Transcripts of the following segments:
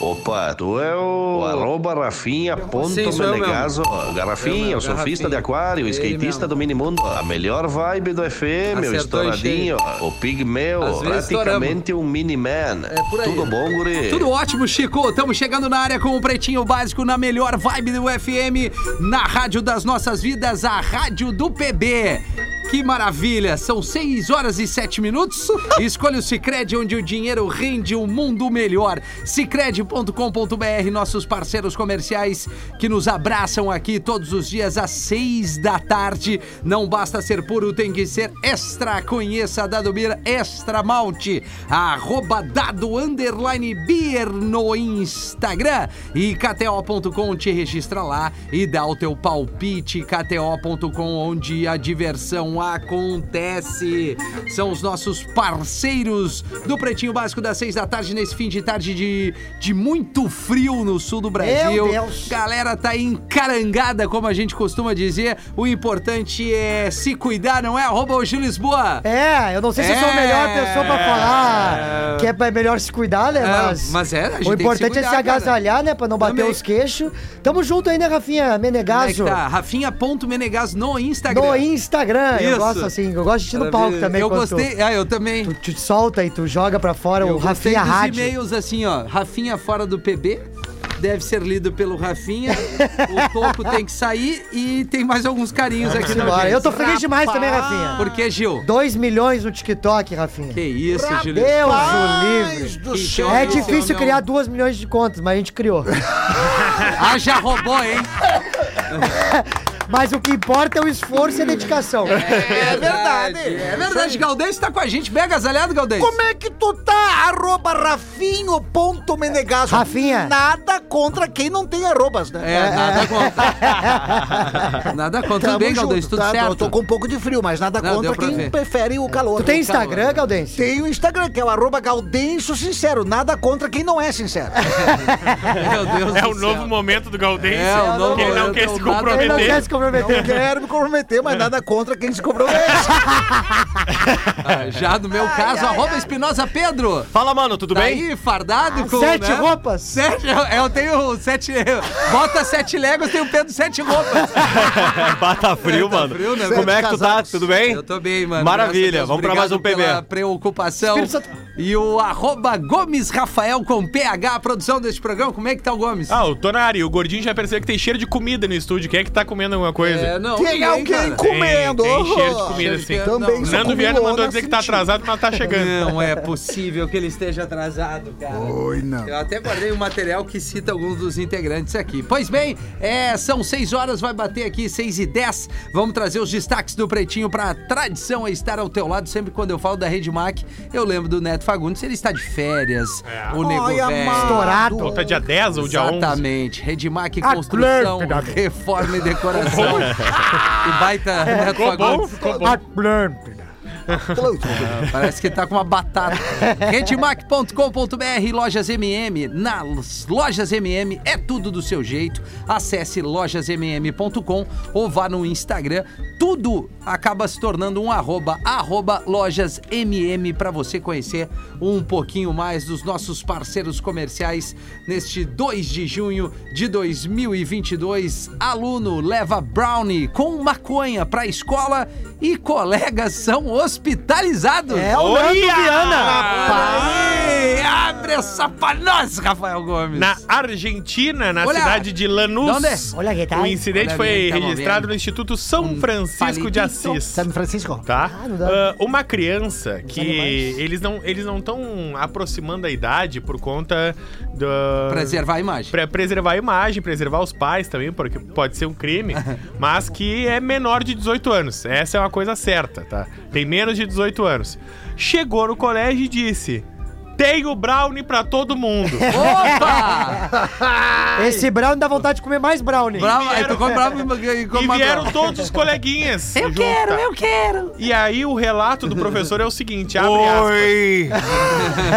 Opa, tu é o, arroba Rafinha ponto Sim, sou eu Menegaso. Garrafinha, Eu o mesmo, surfista Garrafinha. de aquário, o Ele skatista mesmo. do minimundo. A melhor vibe do FM, o Acertou em estouradinho, o pigmeu, Às vezes praticamente um mini-man. É por aí. Tudo bom, guri? Tudo ótimo, Chico. Estamos chegando na área com o Pretinho Básico, na melhor vibe do FM, na rádio das nossas vidas, a rádio do PB. Que maravilha! São 6 horas e 7 minutos. Escolha o Cicred, onde o dinheiro rende um mundo melhor. Cicred.com.br, nossos parceiros comerciais que nos abraçam aqui todos os dias às 6 da tarde. Não basta ser puro, tem que ser extra. Conheça a Dadomir Extra Malte. Arroba dado underline beer no Instagram. E KTO.com te registra lá e dá o teu palpite. KTO.com, onde a diversão acontece. São os nossos parceiros do Pretinho Básico das seis da tarde, nesse fim de tarde de, de muito frio no sul do Brasil. Deus. Galera tá aí encarangada, como a gente costuma dizer. O importante é se cuidar, não é? Arroba o Gil Lisboa. É, eu não sei se eu sou a melhor pessoa pra falar que é pra- melhor se cuidar, né? É, Mas, mas é, a gente tem o que se importante cuidar, é se cara. agasalhar, né? Pra não bater Também. os queixos. Tamo junto aí, né, Rafinha Como é que Menegaso? tá? Rafinha.menegas no Instagram. No Instagram, eu Isso. gosto assim, eu gosto de ti no palco também. Eu quando gostei. Ah, eu também. Tu, tu te solta e tu joga pra fora eu o gostei Rafinha dos Rádio. e-mails assim, ó. Rafinha fora do PB. Deve ser lido pelo Rafinha. o topo tem que sair e tem mais alguns carinhos aqui na Simbora. audiência. Eu tô feliz demais também, Rafinha. Por que, Gil? 2 milhões no TikTok, Rafinha. Que isso, Gil. Deus o Paz do livre. Então, céu. É Deus, difícil meu. criar 2 milhões de contas, mas a gente criou. Ah, já roubou, hein? mas o que importa é o esforço e a dedicação. É verdade. É verdade, Galdês tá com a gente. Bem agasalhado, Galdês. Como é que tu tá? Arroba Rafinho.menegasso. Rafinha. Nada contra quem não tem arrobas, né? É, nada contra. nada contra. Tudo bem, Galdês, tudo tá? certo? Eu tô com um pouco de frio, mas nada Não, deu contra pra quem ver. prefere o calor. Tu tem Instagram, Galdense? Tem o Instagram, que é o arroba Gaudêncio Sincero. Nada contra quem não é sincero. Meu Deus É do o céu. novo momento do Galdense. É, o novo que ele não momento, quer é o se nada- Ele não quer comprometer. se comprometer. Não quero me comprometer, mas nada contra quem se compromete. Ah, Já no meu caso, arroba Espinosa Pedro. Fala, mano, tudo bem? Daí, fardado com. Sete né? roupas. Sete, eu- eu tenho sete. Bota sete léguas, tenho Pedro sete roupas. Bata frio, mano. frio, né? Como é que tu tá? Tudo bem? Eu tô bem, mano. Maravilha, Graças a Deus. vamos pra mais um Obrigado PB. Pela preocupação. Espírito Santo. E o arroba Gomes Rafael com PH, a produção deste programa. Como é que tá o Gomes? Ah, o Tonari, o gordinho já percebeu que tem cheiro de comida no estúdio. Quem é que tá comendo alguma coisa? É, não, Tem alguém cara. Tem- comendo. Tem, cheiro de Cheiro comida, de sim. comida. Também Não, sou Nando Viana comilona, mandou dizer que tá senti. atrasado, mas tá chegando. Não é possível que ele esteja atrasado, cara. Oi, não. Eu até guardei um material que cita alguns dos integrantes aqui. Pois bem, é, são 6 horas, vai bater aqui 6 e 10. Vamos trazer os destaques do Pretinho pra tradição é estar ao teu lado. Sempre quando eu falo da Rede Mac, eu lembro do Neto Fagundes, ele está de férias. O Nego Ai, Velho. amado. Estourado. Volta dia 10 ou É. dia 11. Exatamente. Redmac Construção, Atlântida. Reforma e Decoração. e baita Neto É. Ficou bom? Fagundes. Tá Ficou bom. Atlântida. Parece que tá com uma batata. Redmac.com.br, lojas MM. Nas lojas MM é tudo do seu jeito. Acesse lojasmm.com ou vá no Instagram. Tudo acaba se tornando um arroba, arroba lojasmm para você conhecer um pouquinho mais dos nossos parceiros comerciais neste 2 de junho de 2022. Aluno leva brownie com maconha para escola e colegas são hospitalizados. É o Nando Viana. Ei, abre essa pra nós, Rafael Gomes. Na Argentina, na Olha. cidade de Lanús, Onde? Olha que tal. o incidente Olha, foi tá bom, registrado vendo? no Instituto São Francisco de palito. Assis. San Francisco. Tá? Ah, não dá. Ah, uma criança que animais. eles não eles não estão aproximando a idade por conta do Preservar a imagem. Pra preservar a imagem, preservar os pais também, porque pode ser um crime, mas que é menor de 18 anos. Essa é uma coisa certa, tá? Tem menos de 18 anos. Chegou no colégio e disse: Tenho brownie pra todo mundo. Opa! Esse brownie dá vontade de comer mais brownie. bravo, aí tu come bravo e come e magrão. vieram todos os coleguinhas. Eu quero, eu quero. E aí o relato do professor é o seguinte: abre aspas. Oi!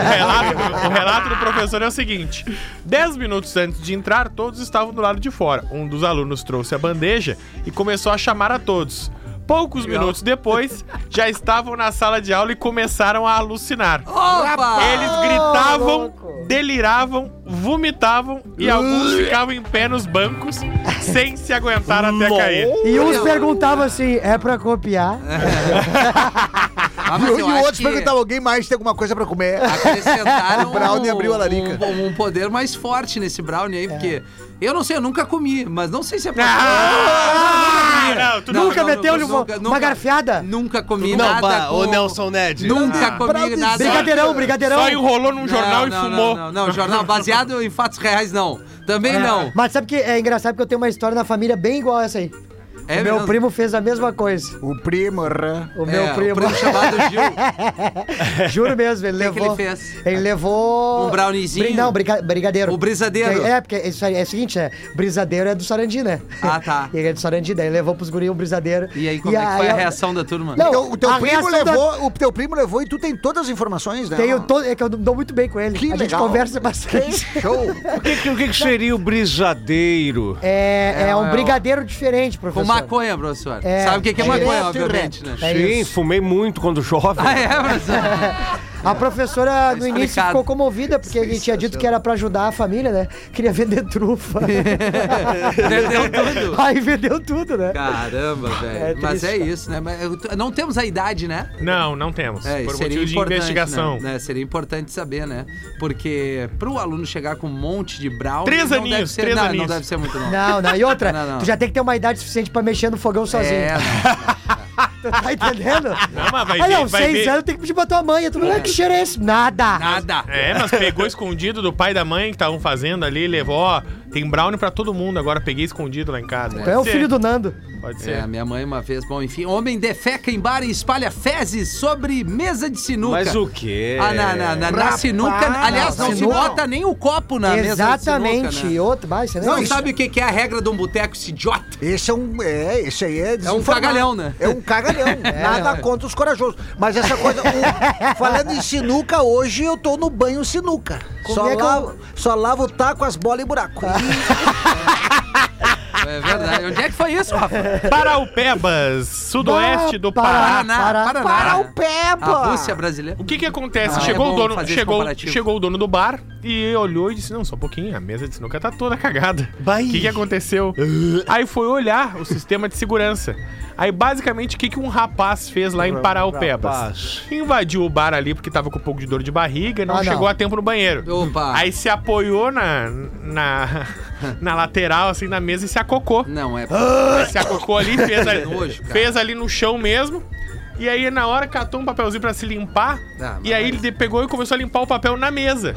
O relato, o relato do professor é o seguinte: 10 minutos antes de entrar, todos estavam do lado de fora. Um dos alunos trouxe a bandeja e começou a chamar a todos. Poucos minutos depois, já estavam na sala de aula e começaram a alucinar. Opa! Eles gritavam, louco. deliravam, vomitavam e alguns ficavam em pé nos bancos sem se aguentar até cair. E uns perguntavam assim, é pra copiar? Ah, E, mas o- eu e o acho outro que Ah, perguntava, alguém mais tem alguma coisa pra comer? Acrescentaram O Brownie um- abriu a larica. Um, um poder mais forte nesse brownie É. aí, porque... Eu não sei, eu nunca comi, mas não sei se é... pra- Ah, não, tu Não, nunca não, meteu nunca, uma, nunca, uma nunca. garfiada? Ah. Nunca comi Não, nada pá, com... ô Nelson Ned. Nunca comi brownie nada... Brigadeirão, brigadeirão. Só um. enrolou num Não, Um jornal não, e fumou. Não, não, não, jornal baseado em fatos reais, não. Também não. Mas sabe que é engraçado porque eu tenho uma história na família bem igual a essa aí. É o meu mesmo? primo fez a mesma coisa. O primo, rã. O É, meu primo. O primo chamado Gil. Juro mesmo, ele que levou. ele fez? ele levou. Um browniezinho? Brin- Não, briga- brigadeiro. O brisadeiro. É, é, porque isso aí é o seguinte, né? Brisadeiro é do Sarandi, né? Ah, tá. ele é do Sarandi, daí levou pros guris o brisadeiro. E aí, como é que foi a reação da turma? Não, Então, o teu a primo reação da- levou, o teu primo levou e tu tem todas as informações, né? Tenho todo, é que eu dou muito bem com ele. Que a gente legal. conversa bastante. Show. O que, que- o que que seria o brisadeiro? É, é, É, um é, brigadeiro diferente, Com professor. maconha, professor. É. Sabe o que que é, É maconha, direto e obviamente, né? É Sim, isso. fumei muito quando jovem. Ah, é, professor? A professora no início Tá explicado. ficou comovida porque ele tinha dito que era pra ajudar a família, né? Queria vender trufa. Perdeu tudo. Aí vendeu tudo, né? Caramba, velho. É Mas é triste, isso, né? Mas eu t- não temos a idade, né? Não, não temos. É, por isso motivo de investigação. Né? Né? Seria importante saber, né? Porque pro aluno chegar com um monte de brownie... Três não aninhos, deve ser, três não, aninhos. Não deve ser muito, não. Não, não. E outra, Não, não. tu já tem que ter uma idade suficiente pra mexer no fogão sozinho. É, né? Tu tá entendendo? Não, Ah, mas vai Aí, ver, não, vai seis ver. anos tem que pedir pra tua mãe. Tu não que cheiro é esse? Nada. Nada. É, mas pegou escondido do pai e da mãe que estavam fazendo ali, levou, ó, tem brownie pra todo mundo agora, peguei escondido lá em casa. Tu é o filho do Nando. Pode ser. É, a minha mãe uma vez, bom, enfim, homem defeca em bar e espalha fezes sobre mesa de sinuca. Mas o quê? Ah, na, na, na, na sinuca, aliás, não se sinuca. bota nem o copo tá na mesa de Exatamente. sinuca, né? E outro, vai, você nem Não, Isso. sabe o que que é a regra de um boteco, esse idiota? Esse é um. É, esse aí é desinformado. cagalhão, né? É um cagalhão. é. Nada contra os corajosos. Mas essa coisa. o- falando em sinuca, hoje eu tô no banho sinuca. Como Só, é que eu- lavo, só lavo o taco, as bolas e buraco. É verdade. Onde é que foi isso, Rafa? Paraupebas, sudoeste do Pará. Paraná, Paraná. Para o pé, pô. A Rússia brasileira. O que que acontece? Ah, chegou, é o bom dono, fazer esse chegou, comparativo. chegou o dono do bar e olhou e disse, não, só um pouquinho, a mesa de sinuca tá toda cagada. Vai. O que que aconteceu? Aí foi olhar o sistema de segurança. Aí, basicamente, o que que um rapaz fez lá em Paraupebas? rapaz. Invadiu o bar ali porque tava com um pouco de dor de barriga e não Ah, não. chegou a tempo no banheiro. Opa. Aí se apoiou na, na, na lateral, assim, na mesa e se acocou. Não, é... Aí se acocou ali, fez ali, Nojo, cara. fez ali no chão mesmo. E aí, na hora, catou um papelzinho pra se limpar. Ah, mas- e aí, ele de- pegou e começou a limpar o papel na mesa.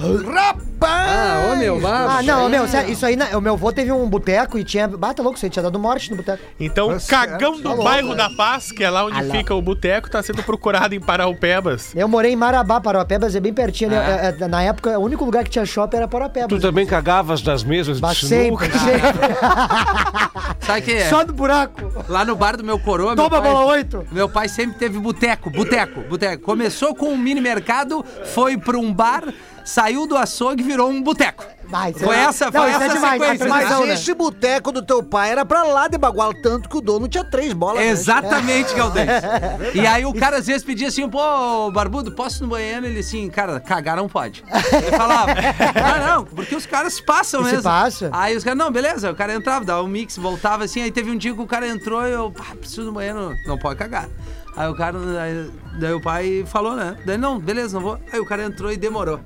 Ah, ô meu, vá. Ah, não, meu, sério, isso aí, na- o meu avô teve um boteco e tinha. Bata louco, você tinha dado morte no boteco. Então, Nossa, é cagão do tá louco, bairro né? da Paz, que é lá onde Ah, lá. fica o boteco, tá sendo procurado em Paraupebas. Eu morei em Marabá, Parapebas, é bem pertinho. ali, Ah. tá é- é- na época, o único lugar que tinha shopping era Tu Parapebas. também cagavas nas mesas de Mas sempre, sinuca? sempre. Sabe o que é? Só no buraco. Lá no bar do meu coroa... meu Toma, pai- bola 8. Meu pai sempre teve boteco, boteco, boteco. Começou com um mini mercado, foi pra um bar, saiu do açougue e virou um boteco. Vai, Foi essa- foi é essa sequência, Mas, Mas Não, né? esse boteco do teu pai era pra lá de bagual, tanto que o dono tinha três bolas. né? Exatamente, Galdês. E aí o cara às vezes pedia assim, pô, Barbudo, posso ir no banheiro? Ele assim, cara, cagar não pode. Ele falava, "Ah, não, não, porque os caras se passam E se mesmo. passa. Aí os caras, não, beleza, o cara entrava, dava um mix, voltava assim, aí teve um dia que o cara entrou e eu, pá, preciso do banheiro, não pode cagar. Aí o cara, aí- daí o pai falou, né? Daí, não, beleza, não vou. Aí o cara entrou e demorou.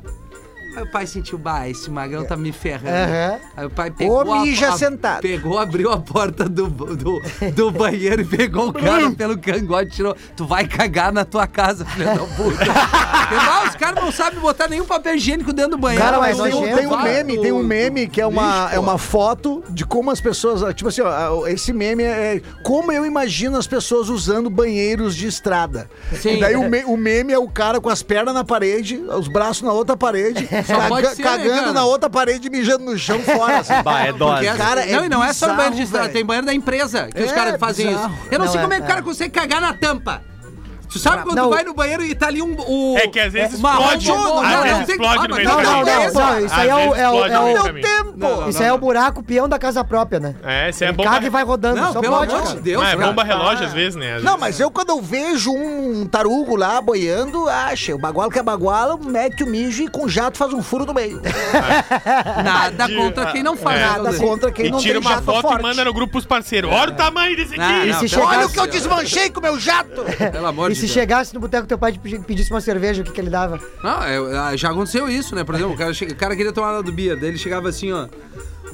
Aí o pai sentiu, bah, esse magrão tá me ferrando. Aham. Aí o pai pegou. a- mija a- sentado. Pegou, abriu a porta do, do, do banheiro e pegou o cara pelo cangote e tirou. Tu vai cagar na tua casa, filho da puta. Ah, os caras não sabem botar nenhum papel higiênico dentro do banheiro. Cara, Mas mas tem, um- nojento. tem um Vai, meme, do- tem um meme do que é uma, lixo, é uma pô. foto de como as pessoas. Tipo assim, ó, esse meme é como eu imagino as pessoas usando banheiros de estrada. Sim. e daí o, me- o meme é o cara com as pernas na parede, os braços na outra parede, caga- pode ser, né, cagando cara? na outra parede e mijando no chão fora. assim. Bah, é Porque dose. essa- cara, é não, e não é só no bizarro, banheiro de estrada, velho. tem banheiro da empresa que os É caras fazem bizarro. isso. Eu não, Não, sei como é- é que o cara consegue cagar na tampa. Tu sabe quando Não. tu vai no banheiro e tá ali um. O, É que às vezes uma explode, ronda- às não, vezes não tem- explode ah, no mas meio Não, do não, caminho. não, não, isso aí Às é o- vezes é o- explode é no meio o- do Não, caminho. Não, não, Isso aí é não. o buraco peão da casa própria, né? É, isso é Ele bomba. caga e vai rodando. Não, só pelo pode, amor cara. de Deus. Ah, é cara. bomba relógio às vezes, né? Às Não, vezes- mas eu quando eu vejo um tarugo lá boiando, acha, o bagual que é baguala, mete o mijo e com jato faz um furo no meio. Nada contra quem não faz É. Nada Tá contra quem E não tira tem uma jato foto forte. e manda no grupo os parceiros. Olha o tamanho desse Não, Ah, não, aqui! se pelo amor Olha de o que eu Deus. desmanchei com o meu jato! Pelo amor E de se Deus. chegasse no boteco teu pai te pedi- pedisse uma cerveja, o que, que ele dava? Não, é, é, já aconteceu isso, né? Por exemplo, o cara, che- o cara queria tomar uma do Bia, daí ele chegava assim, ó.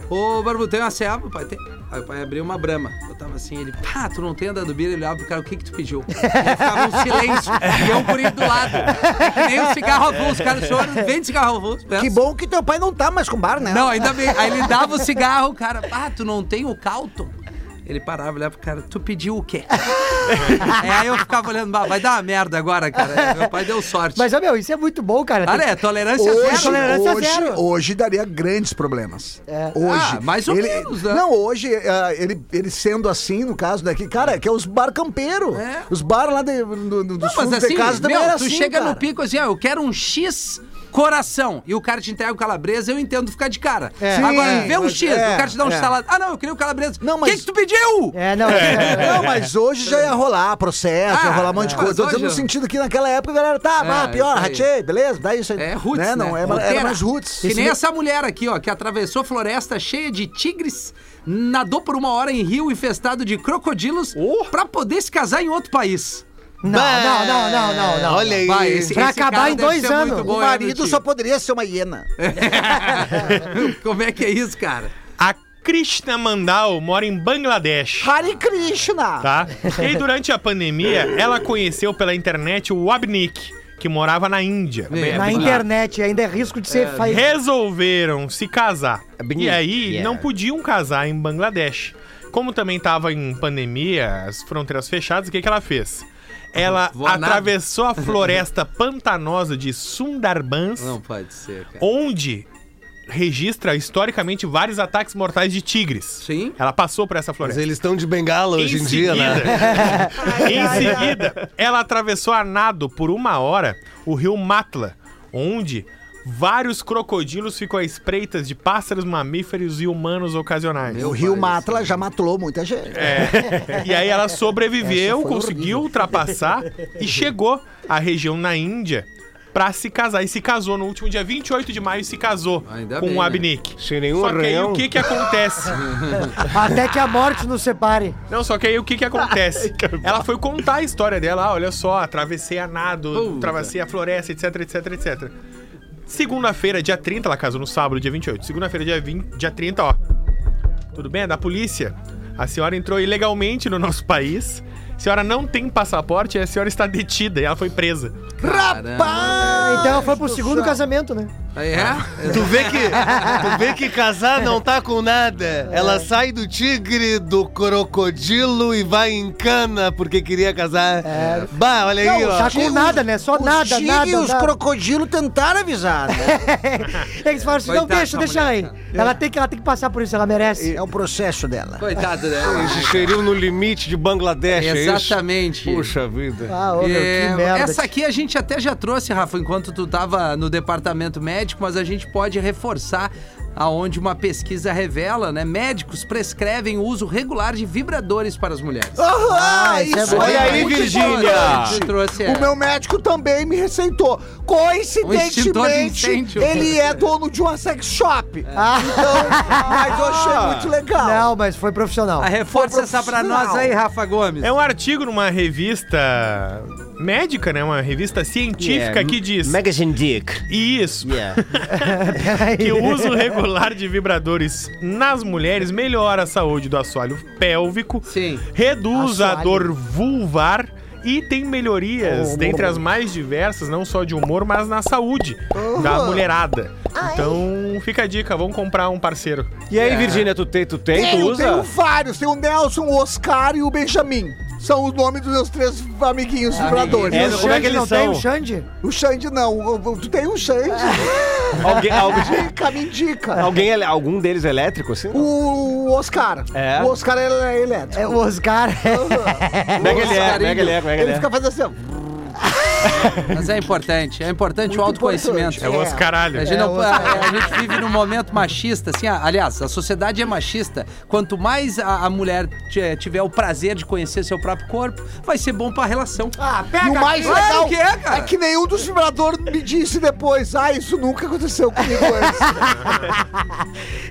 Ô, Barbu, tem uma ceapa, pai? Tem. Aí o pai abriu uma brama. Eu tava assim, ele, pá, tu não tem a da do Bia? Ele olhava pro cara, o que que tu pediu? E ficava um silêncio, e eu por aí do lado. É Que nem o cigarro avulso, cara, o senhor vende cigarro avulso. peça. Que bom que teu pai não tá mais com bar, né? Não, ainda bem. Aí ele dava o cigarro, o cara, ah, tu não tem o Calton? Ele parava, olhava pro cara, tu pediu o quê? é, aí eu ficava olhando, "Bah, vai dar uma merda agora, cara. É, Meu pai deu sorte. Mas, ó, meu, isso é muito bom, cara. Cara, é, tolerância Hoje- zero. né? tolerância hoje, zero. hoje daria grandes problemas. É. Hoje. Ah, mais ou ele, menos, né? Não, hoje, ah, ele, ele sendo assim, no caso daqui, cara, que é os bar campeiro. É. Os bar lá de, do, do, Não, dos mas fundos de assim, casa também meu, era tu assim, chega cara. no pico assim, ó, eu quero um X coração. E o cara te entrega o calabresa, eu entendo ficar de cara. É. Agora, Sim, vê um mas X, é, o cara te dá um é. salado. Ah, não, eu queria o calabresa. Não, O mas- que, que tu pediu? É, não. É, Não, mas hoje já ia rolar processo, ia Ah, rolar um monte de é. coisa. Tô Mas dizendo no hoje- sentido que naquela época a galera tá, É, ah, pior, isso aí. ratei, beleza, dá isso aí. É roots, né? né? Não, Era, Roteira. era mais roots. Que Isso nem me- essa mulher aqui, ó, que atravessou floresta cheia de tigres, nadou por uma hora em rio infestado de crocodilos pra poder se casar em outro país. Não, não, não, não, não, não. Olha aí. Vai, esse- Pra esse acabar cara em deve dois ser anos. muito O O bom, né, marido meu só tio? poderia ser uma hiena. Como é que é isso, cara? A Krishna Mandal mora em Bangladesh. Hare Krishna! tá? E aí, durante a pandemia, ela conheceu pela internet o Abnik, que morava na Índia. É, Na bem- internet, ainda é risco de ser... fa- Resolveram se casar. Abnik, E aí, yeah. não podiam casar em Bangladesh. Como também tava em pandemia, as fronteiras fechadas, o que, que ela fez? Ela Vou a nada. atravessou a floresta pantanosa de Sundarbans, Não pode ser, cara. onde registra historicamente vários ataques mortais de tigres. Sim. Ela passou por essa floresta. eles estão de bengala hoje em, dia, né? seguida- em seguida, ela atravessou a nado por uma hora o rio Matla, onde vários crocodilos ficam à espreita de pássaros, mamíferos e humanos ocasionais. É O Rio Matla já matou muita gente. É. E aí ela É, sobreviveu, Essa foi conseguiu horrível. ultrapassar e chegou à região na Índia pra se casar. E se casou no último dia 28 de maio, se casou Ainda com bem, o né? Abnik. Sem nenhum Só que aí arranhão. o que que acontece? Até que a morte nos separe. Não, só que aí o que que acontece? Ela foi contar a história dela, ah, olha só, atravessei a nado, Puta. atravessei a floresta, etc, etc, etc. Segunda-feira, dia 30, ela casou no sábado, dia 28. Segunda-feira, dia 20, dia 30, ó. Tudo bem? É da polícia. A senhora entrou ilegalmente no nosso país. A senhora não tem passaporte e a senhora está detida e ela foi presa. Rapaz! Então ela foi pro segundo casamento, né? É? Tu vê, que, tu vê que casar não tá com nada. É. Ela sai do tigre, do crocodilo e vai em cana porque queria casar. Bah, olha aí, Não, ó. Tá É. com Tigre, nada, né? Só o nada, tigre nada, e os nada. crocodilos tentaram avisar, né? Eles falaram assim, não, Coitada deixa, da deixa ela aí. Ela tem, que, ela tem que passar por isso, ela merece. É o processo dela. Coitado dela. Eles estariam no limite de Bangladesh, é isso? Exatamente. Puxa vida. Ah, ô, meu, É, que merda. Essa aqui a gente até já trouxe, Rafa, enquanto tu tava no departamento médico, mas a gente pode reforçar aonde uma pesquisa revela, né? Médicos prescrevem o uso regular de vibradores para as mulheres. Ah, Ah, isso é bom. Olha aí, muito Virgínia. importante. Tu trouxe, é. um O meu médico também me receitou. extintor de Coincidentemente, incêndio. ele é dono de uma sex shop. Ah. Então, mas eu achei muito legal. Não, mas foi profissional. Ah, reforça essa pra nós aí, Rafa Gomes. É um artigo numa revista médica, né? Uma revista científica que diz. Magazine Dick. Isso. Yeah. que o uso regular de vibradores nas mulheres melhora a saúde do assoalho pélvico, Sim. reduz a Assoalho. dor vulvar e tem melhorias dentre as mais diversas, não só de humor, mas na saúde da mulherada. Então, fica a dica, vamos comprar um parceiro. E aí, Virgínia, tu tem, tu tem, tu Tenho, usa? tenho vários. Tem o Nelson, o Oscar e o Benjamin. São os nomes dos meus três amiguinhos Ah, vibradores. É, O como é que Xande eles não tem são? o Xande? O Xande não. O- o- Tu tem o Xande. Alguém, Ah, alguém, Dica, me indica. alguém ele- algum deles é elétrico, assim? O Oscar. É? O Oscar ele é elétrico. É o Oscar. Como é que ele é? Como é que ele é? Como é que ele Ele é? fica fazendo assim, ó. Mas é importante, é importante o autoconhecimento. É o os caralho. A gente, não- É, outra- a- a gente vive num momento machista, assim, a- aliás, a sociedade é machista. Quanto mais a, a mulher ti- tiver o prazer de conhecer seu próprio corpo, vai ser bom pra relação. Ah, pega! E o mais Claro legal que é, cara. que nenhum dos vibradores me disse depois, ah, isso nunca aconteceu comigo antes.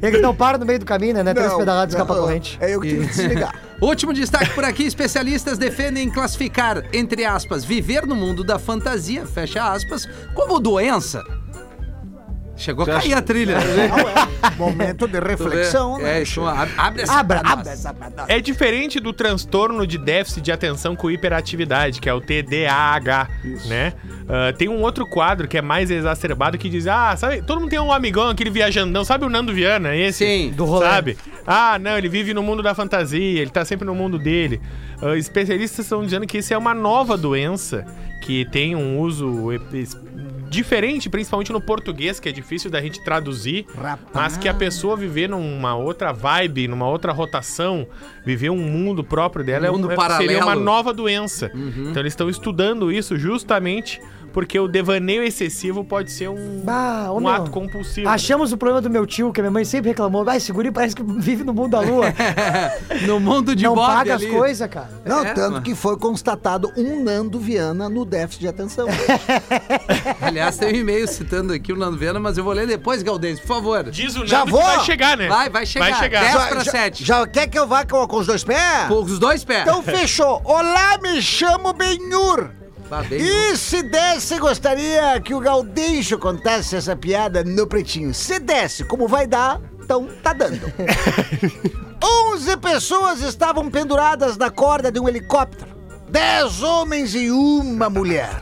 Eles não param no meio do caminho, né? né? Três Não, pedaladas não, escapa corrente. É eu que tenho que desligar. Último destaque por aqui: especialistas defendem classificar, entre aspas, viver no mundo da fantasia, fecha aspas, como doença. Chegou a cair a trilha. Momento de reflexão, né? É, isso, ab- abre essa Abra, pra nós. abra essa pra nós. É diferente do transtorno de déficit de atenção com hiperatividade, que é o TDAH, né? Ah, tem um outro quadro que é mais exacerbado que diz, ah, sabe, todo mundo tem um amigão, aquele viajandão, sabe o Nando Viana, esse? Sim. do rolê. Sabe? Ah, não, ele vive no mundo da fantasia, ele tá sempre no mundo dele. Ah, especialistas estão dizendo que isso é uma nova doença que tem um uso ep- es- diferente, principalmente no português, que é difícil da gente traduzir, mas que a pessoa viver numa outra vibe, numa outra rotação, viver um mundo próprio dela é mundo um- é- seria paralelo. uma nova doença. Então eles estão estudando isso justamente porque o devaneio excessivo pode ser um, Bah, ô, um meu, ato compulsivo. né? Achamos o problema do meu tio, que a minha mãe sempre reclamou. Ah, esse guri parece que vive no mundo da lua. No mundo de não Bob paga ali. as coisas, cara. Não, É, tanto mano. que foi constatado um Nando Viana no déficit de atenção. Aliás, tem um e-mail citando aqui o Nando Viana, mas eu vou ler depois, Galdês, por favor. Diz o Já Nando que vou. vai chegar, né? Vai, vai chegar. Vai chegar. Dez Já- É pra já- sete. Já quer que eu vá com, com os dois pés? Com os dois pés. Então fechou. Olá, me chamo Benhur. Tá bem. E se desse, gostaria que o Gaudêncio contasse essa piada no pretinho. Se desse, como vai dar, então tá dando. 11 pessoas estavam penduradas na corda de um helicóptero. 10 homens e uma mulher.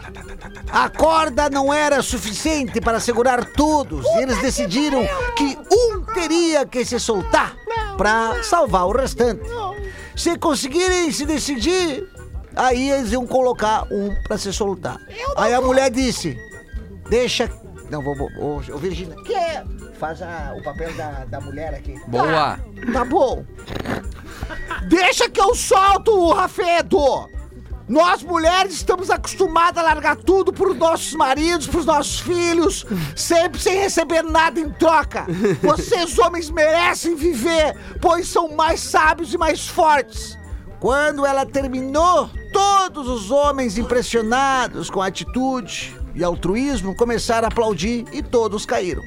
A corda não era suficiente para segurar todos e eles decidiram que um teria que se soltar para salvar o restante. Se conseguirem se decidir, aí eles iam colocar um para se soltar. Aí a mulher disse: Deixa. Não, vou. vou, vou ô, Virgínia, que é? Faz a- o papel da, da mulher aqui. Boa. Tá bom. Deixa que eu solto o Rafedo. Nós mulheres estamos acostumadas a largar tudo pros nossos maridos, pros nossos filhos, sempre sem receber nada em troca. Vocês homens merecem viver, pois são mais sábios e mais fortes. Quando ela terminou, todos os homens impressionados com a atitude e altruísmo começaram a aplaudir e todos caíram.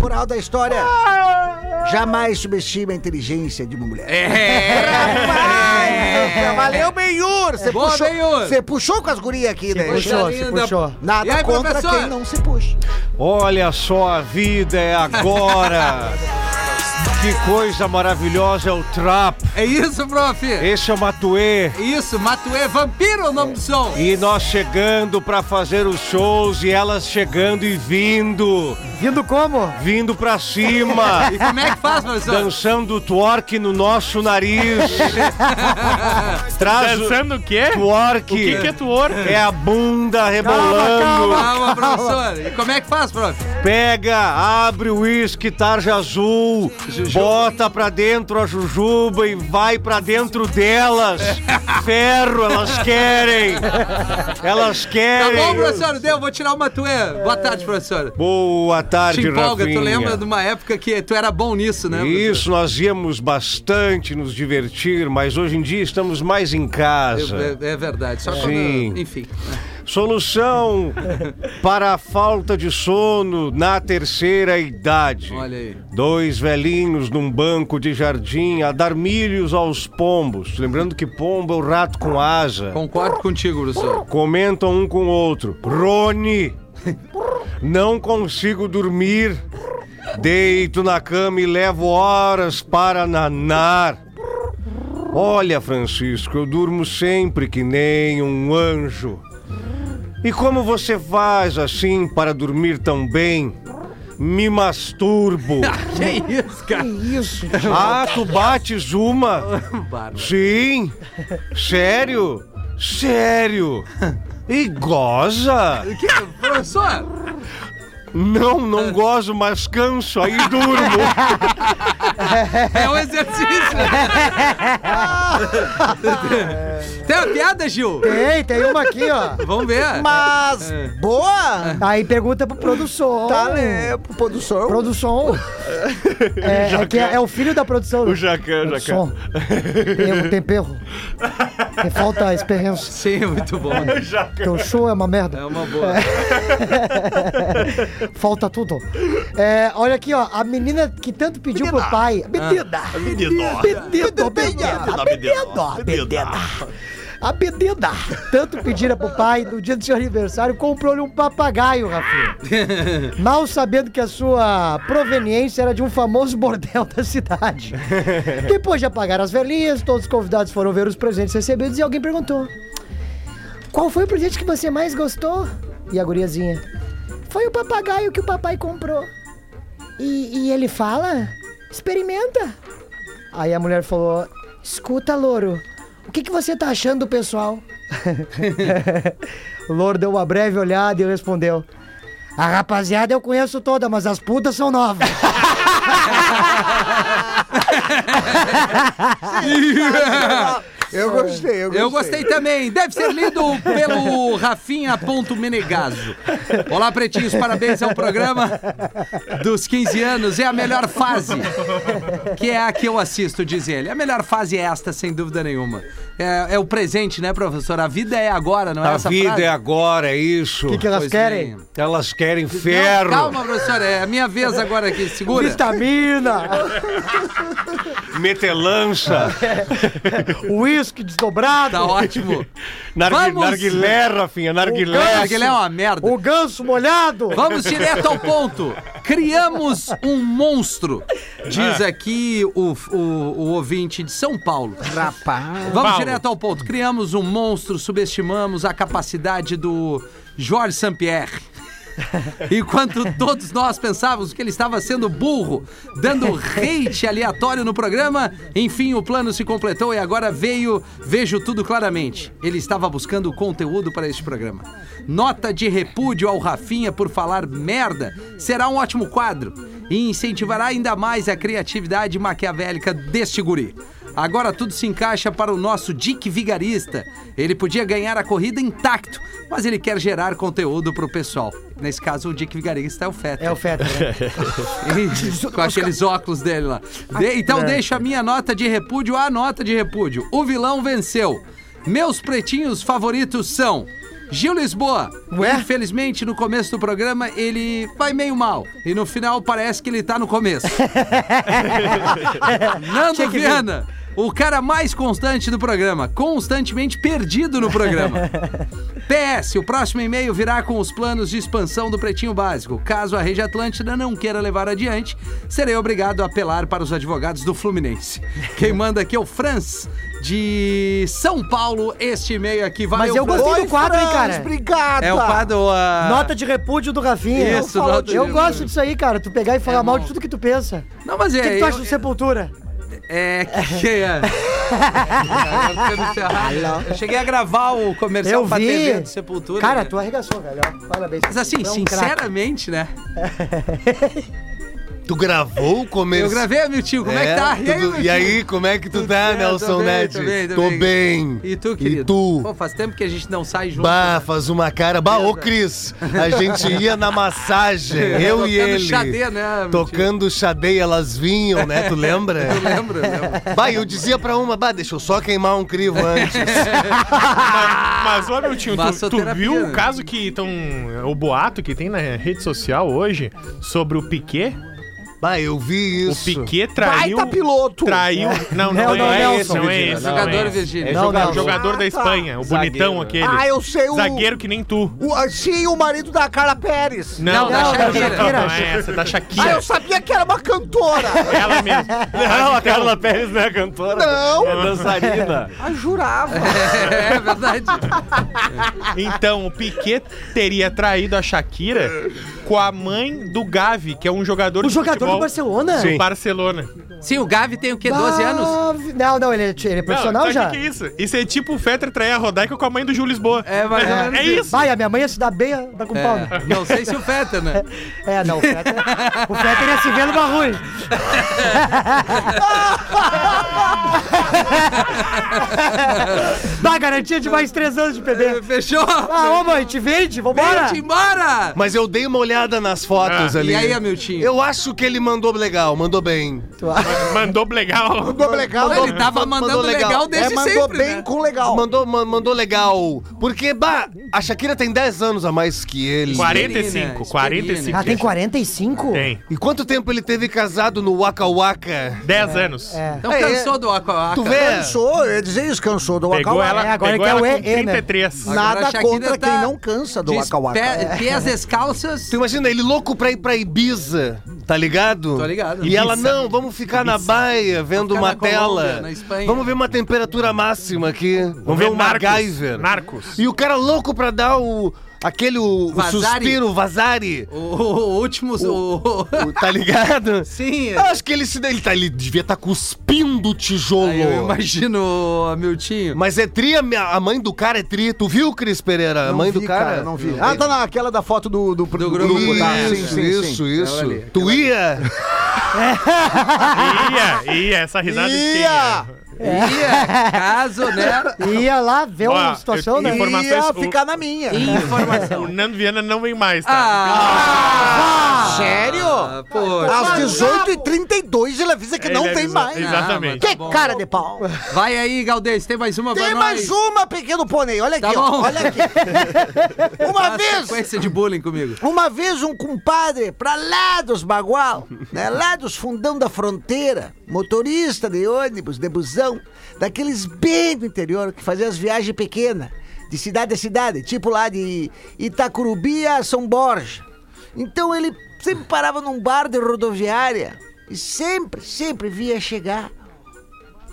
Moral da história: jamais subestime a inteligência de uma mulher. É. É, Valeu, Benhur! Você Boa, puxou, Benhur. você puxou com as gurias aqui, né? puxou. Coisa se linda. puxou. Nada E aí, contra professor? quem não se puxa. Olha só, a vida é agora. que coisa maravilhosa é o trap. É isso, prof. Esse é o Matuê. Isso, Matuê Vampiro, é o nome do som. E nós chegando pra fazer os shows e elas chegando e vindo, Vindo como? vindo pra cima, E como é que faz, um professor? dançando twerk no nosso nariz. Traz o Tá Dançando o quê? twerk. O que, que é twerk? É a bunda rebolando. Calma, professor. E como é que faz, prof? Pega, abre o uísque, tarja azul, bota pra dentro a jujuba e vai pra dentro delas. Ferro, elas querem. Elas Tá querem. bom, professor? Deu, vou tirar o Matuê. Boa tarde, professor. É Boa tarde, Te empolga, tu Rafinha. lembra de uma época que tu era bom nisso, né? professor? Isso, nós íamos bastante nos divertir, mas hoje em dia estamos mais em casa. É, é verdade. Só Sim. quando. Enfim. né, Solução para a falta de sono na terceira idade. Olha aí. Dois velhinhos num banco de jardim a dar milhos aos pombos. Lembrando que pombo é o rato com asa. Concordo contigo, professor. Comentam um com o outro. Rony, não consigo dormir. Deito na cama e levo horas para nanar. Olha, Francisco, eu durmo sempre que nem um anjo. E como você faz assim para dormir tão bem? Me masturbo. Que isso, cara? Isso. Ah, tu bates uma? Bárbaro. Sim. Sério? Sério. E goza? Que- Professor! Não, não gozo, mas canso, aí durmo. É um exercício. Tem uma piada, Gil? Tem, tem uma aqui, ó. Vamos ver. Mas, boa! Aí pergunta pro produção. Tá, né? Pro produção. Produção. É, é que é, é o filho da produção. É O Jacan, O Jacan. som. Erro, tem perro. Tem falta experiência. Sim, é muito bom. né? Teu show é uma merda. É uma boa. Falta tudo. É, olha aqui, ó. A menina que tanto pediu pro pai. Menina! Menino. Menino, menina! A menina! A menina! Tanto pedira pro pai no dia do seu aniversário, comprou-lhe um papagaio, Rafinha. Mal sabendo que a sua proveniência era de um famoso bordel da cidade. Depois de apagar as velhinhas, todos os convidados foram ver os presentes recebidos e alguém perguntou: Qual foi o presente que você mais gostou? E a guriazinha: Foi o papagaio que o papai comprou. E, e ele fala: Experimenta. Aí a mulher falou: Escuta, louro, o que, que você tá achando do pessoal? o louro deu uma breve olhada e respondeu: A rapaziada eu conheço toda, mas as putas são novas. Eu gostei, eu gostei. Eu gostei também. Deve ser lido pelo Rafinha.menegaso. Olá, pretinhos. Parabéns ao programa dos 15 anos. É a melhor fase, que é a que eu assisto, diz ele. A melhor fase é esta, sem dúvida nenhuma. É, é o presente, né, professor? A vida é agora, não é A essa vida frase? é agora, é isso. O que, que elas Pois querem? bem. Elas querem Não, ferro. calma, professor. É a minha vez agora aqui. Segura. Vitamina, Metelança. uísque desdobrado. Tá ótimo. Nargui, Vamos. Narguilé, Rafinha, narguilé. ganso. Aquele é uma merda. O ganso molhado. Vamos direto ao ponto. Criamos um monstro, diz aqui o, o, o ouvinte de São Paulo. Rapaz. Vamos Paulo. direto ao ponto. Criamos um monstro, subestimamos a capacidade do Jorge Sampierre. Enquanto todos nós pensávamos que ele estava sendo burro, dando hate aleatório no programa, enfim, o plano se completou e agora veio, vejo tudo claramente. Ele estava buscando conteúdo para este programa. Nota de repúdio ao Rafinha por falar merda será um ótimo quadro e incentivará ainda mais a criatividade maquiavélica deste guri. Agora tudo se encaixa para o nosso Dick Vigarista. Ele podia ganhar a corrida intacto, mas ele quer gerar conteúdo pro pessoal. Nesse caso, o Dick Vigarista é o Feta. É o Fetter. né? Com aqueles óculos dele lá. De- então deixo a minha nota de repúdio à nota de repúdio. O vilão venceu. Meus pretinhos favoritos são... Gil Lisboa, infelizmente no começo do programa ele vai meio mal. E no final parece que ele tá no começo. Nando Viana, o cara mais constante do programa, constantemente perdido no programa. PS, o próximo e-mail virá com os planos de expansão do Pretinho Básico. Caso a Rede Atlântida não queira levar adiante, serei obrigado a apelar para os advogados do Fluminense. Quem manda aqui é o Franz, de São Paulo. Este e-mail aqui vai. Mas eu Franz. gostei do quadro, hein, cara? Obrigado. É o quadro. ah, Nota de repúdio do Rafinha. Isso, eu falo- nota de eu repúdio. gosto disso aí, cara. Tu pegar e falar mal de tudo que tu pensa. Não, mas é. O que, que tu eu- acha do Sepultura? É, que é. Eu cheguei a gravar o comercial Eu pra vi. TV do Sepultura. Cara, né? tu arregaçou, velho. ó. Parabéns. Mas assim, Tu é um craque. sinceramente, né? Tu gravou o começo? Eu gravei, meu tio, como é, que tá? E aí, meu tio? e aí, como é que tu Tudo tá, bem, tô Nelson bem, Ned? tô bem, tô Tô bem. bem. E tu, querido? E tu? Pô, faz tempo que a gente não sai junto. né? Bah, faz uma cara. Bah, ô Cris, a gente ia na massagem, eu e Tá Tocando ele. xadê, né, meu Tocando xadê, elas vinham, né? Tu lembra? Eu lembro, eu lembro. Bah, eu dizia pra uma, bah, deixa eu só queimar um crivo antes. Ah! Mas, olha, meu tio, tu, tu Massoterapia, viu né? o caso que estão. O boato que tem na rede social hoje sobre o Piquet? Bah, eu vi O isso. Piquet traiu. Baita piloto. Traiu. Não, não, Não, não, não, é esse, Nelson, não é Virgínia, esse. não não. é Jogador, esse. Virgínia. É Não, jogador, não. jogador da Espanha, o bonitão aquele. Ah, eu sei o... Zagueiro que nem tu. o ah, sim, o marido da Carla Pérez. Não, da Shakira. Não, não é essa, da Ah, Shakira. É eu sabia que era uma cantora. Ela mesmo. Não, a Carla Pérez não é cantora. Não. É dançarina. Ah, jurava. É, é verdade. Então, o Piquet teria traído a Shakira com a mãe do Gavi, que é um jogador O jogador do futebol Barcelona? do Barcelona. Sim, o Gavi tem o quê? 12 anos? Ah, Não, não, ele é, ele é profissional Não, sabe já. o que que é isso? Isso é tipo o Fetter trair a Rodaica com a mãe do Júlio Lisboa. É, mais ou menos é isso. isso. Vai, a minha mãe ia se dar bem, ia dar com pau. né? É, não sei se o Feta, né? É, não, o Fetter, o Fetter ia se ver numa ruim. Dá garantia de mais três anos de É, PB. Fechou? Ah, ô mãe, te vende, vambora. Vem-te embora! Mas eu dei uma olhada nas fotos ali. Ah. E aí, Hamilton? Eu acho que ele mandou legal, mandou bem. Mandou legal. Mandou legal. Ele tava mandando legal, É, desde mandou sempre, bem né? com legal. Mandou, ma- mandou legal. Porque, bah, a Shakira tem 10 anos a mais que ele. 45, Esperina, 45. esperina. Ah, tem 45? Tem. E quanto tempo ele teve casado no Waka Waka? 10 anos. É. Então É, cansou do Aqua Aqua. Tu vê? Cansou, eu ia dizer isso, cansou do Pegou Wakawaka. ela, é, agora pegou que é o ela E, com né? 33. Agora a Nada Shakira contra tá quem não cansa do Diz, Wakawaka. pe- Pés descalças. É. Tu imagina, ele louco pra ir pra Ibiza, tá ligado? Tô ligado. E Ibiza. ela, não, vamos ficar na baia vendo ficar uma na Colômbia, tela. na Espanha. Vamos ver uma temperatura máxima aqui. Vamos, ver um Narcos. MacGyver. Narcos. E o cara louco pra dar o. aquele o, o Vazari. suspiro, vazari. O, o último. o- O- tá ligado? Sim. Eu acho que ele se ele, tá, ele devia estar cuspindo o tijolo. Aí eu imagino, Hamilton. Mas é tri, a minha- a mãe do cara é tri. Tu viu, Cris Pereira? A Não mãe do vi, cara? não vi. Ah, tá naquela da foto do, do, do grupo, grupo, tá? Isso, Sim, sim, sim. isso, isso. tu ia? Ia, ia, essa risada Ia! esquerda. É. Ia, caso, né? Ia lá ver Ó, uma situação, eu- né? informa- Informações- Ia o- ficar na minha. O Nando Viana não vem mais, tá? Ah! Sério? Ah, poxa. Às 18h32 ele avisa que não Ele tem avisa- mais. Exatamente. Ah, Que cara de pau. Vai aí, Galdês, tem mais uma pra Tem nós. mais um. uma, pequeno pônei. Olha Tá aqui, ó. bom. Olha aqui. Uma Uma vez, sequência de bullying comigo. uma vez um compadre pra lá dos Bagual, né, lá dos fundão da fronteira, motorista de ônibus, de busão, daqueles bem do interior que fazia as viagens pequenas, de cidade a cidade, tipo lá de Itacurubi a São Borja. Então ele sempre parava num bar de rodoviária e sempre, sempre via chegar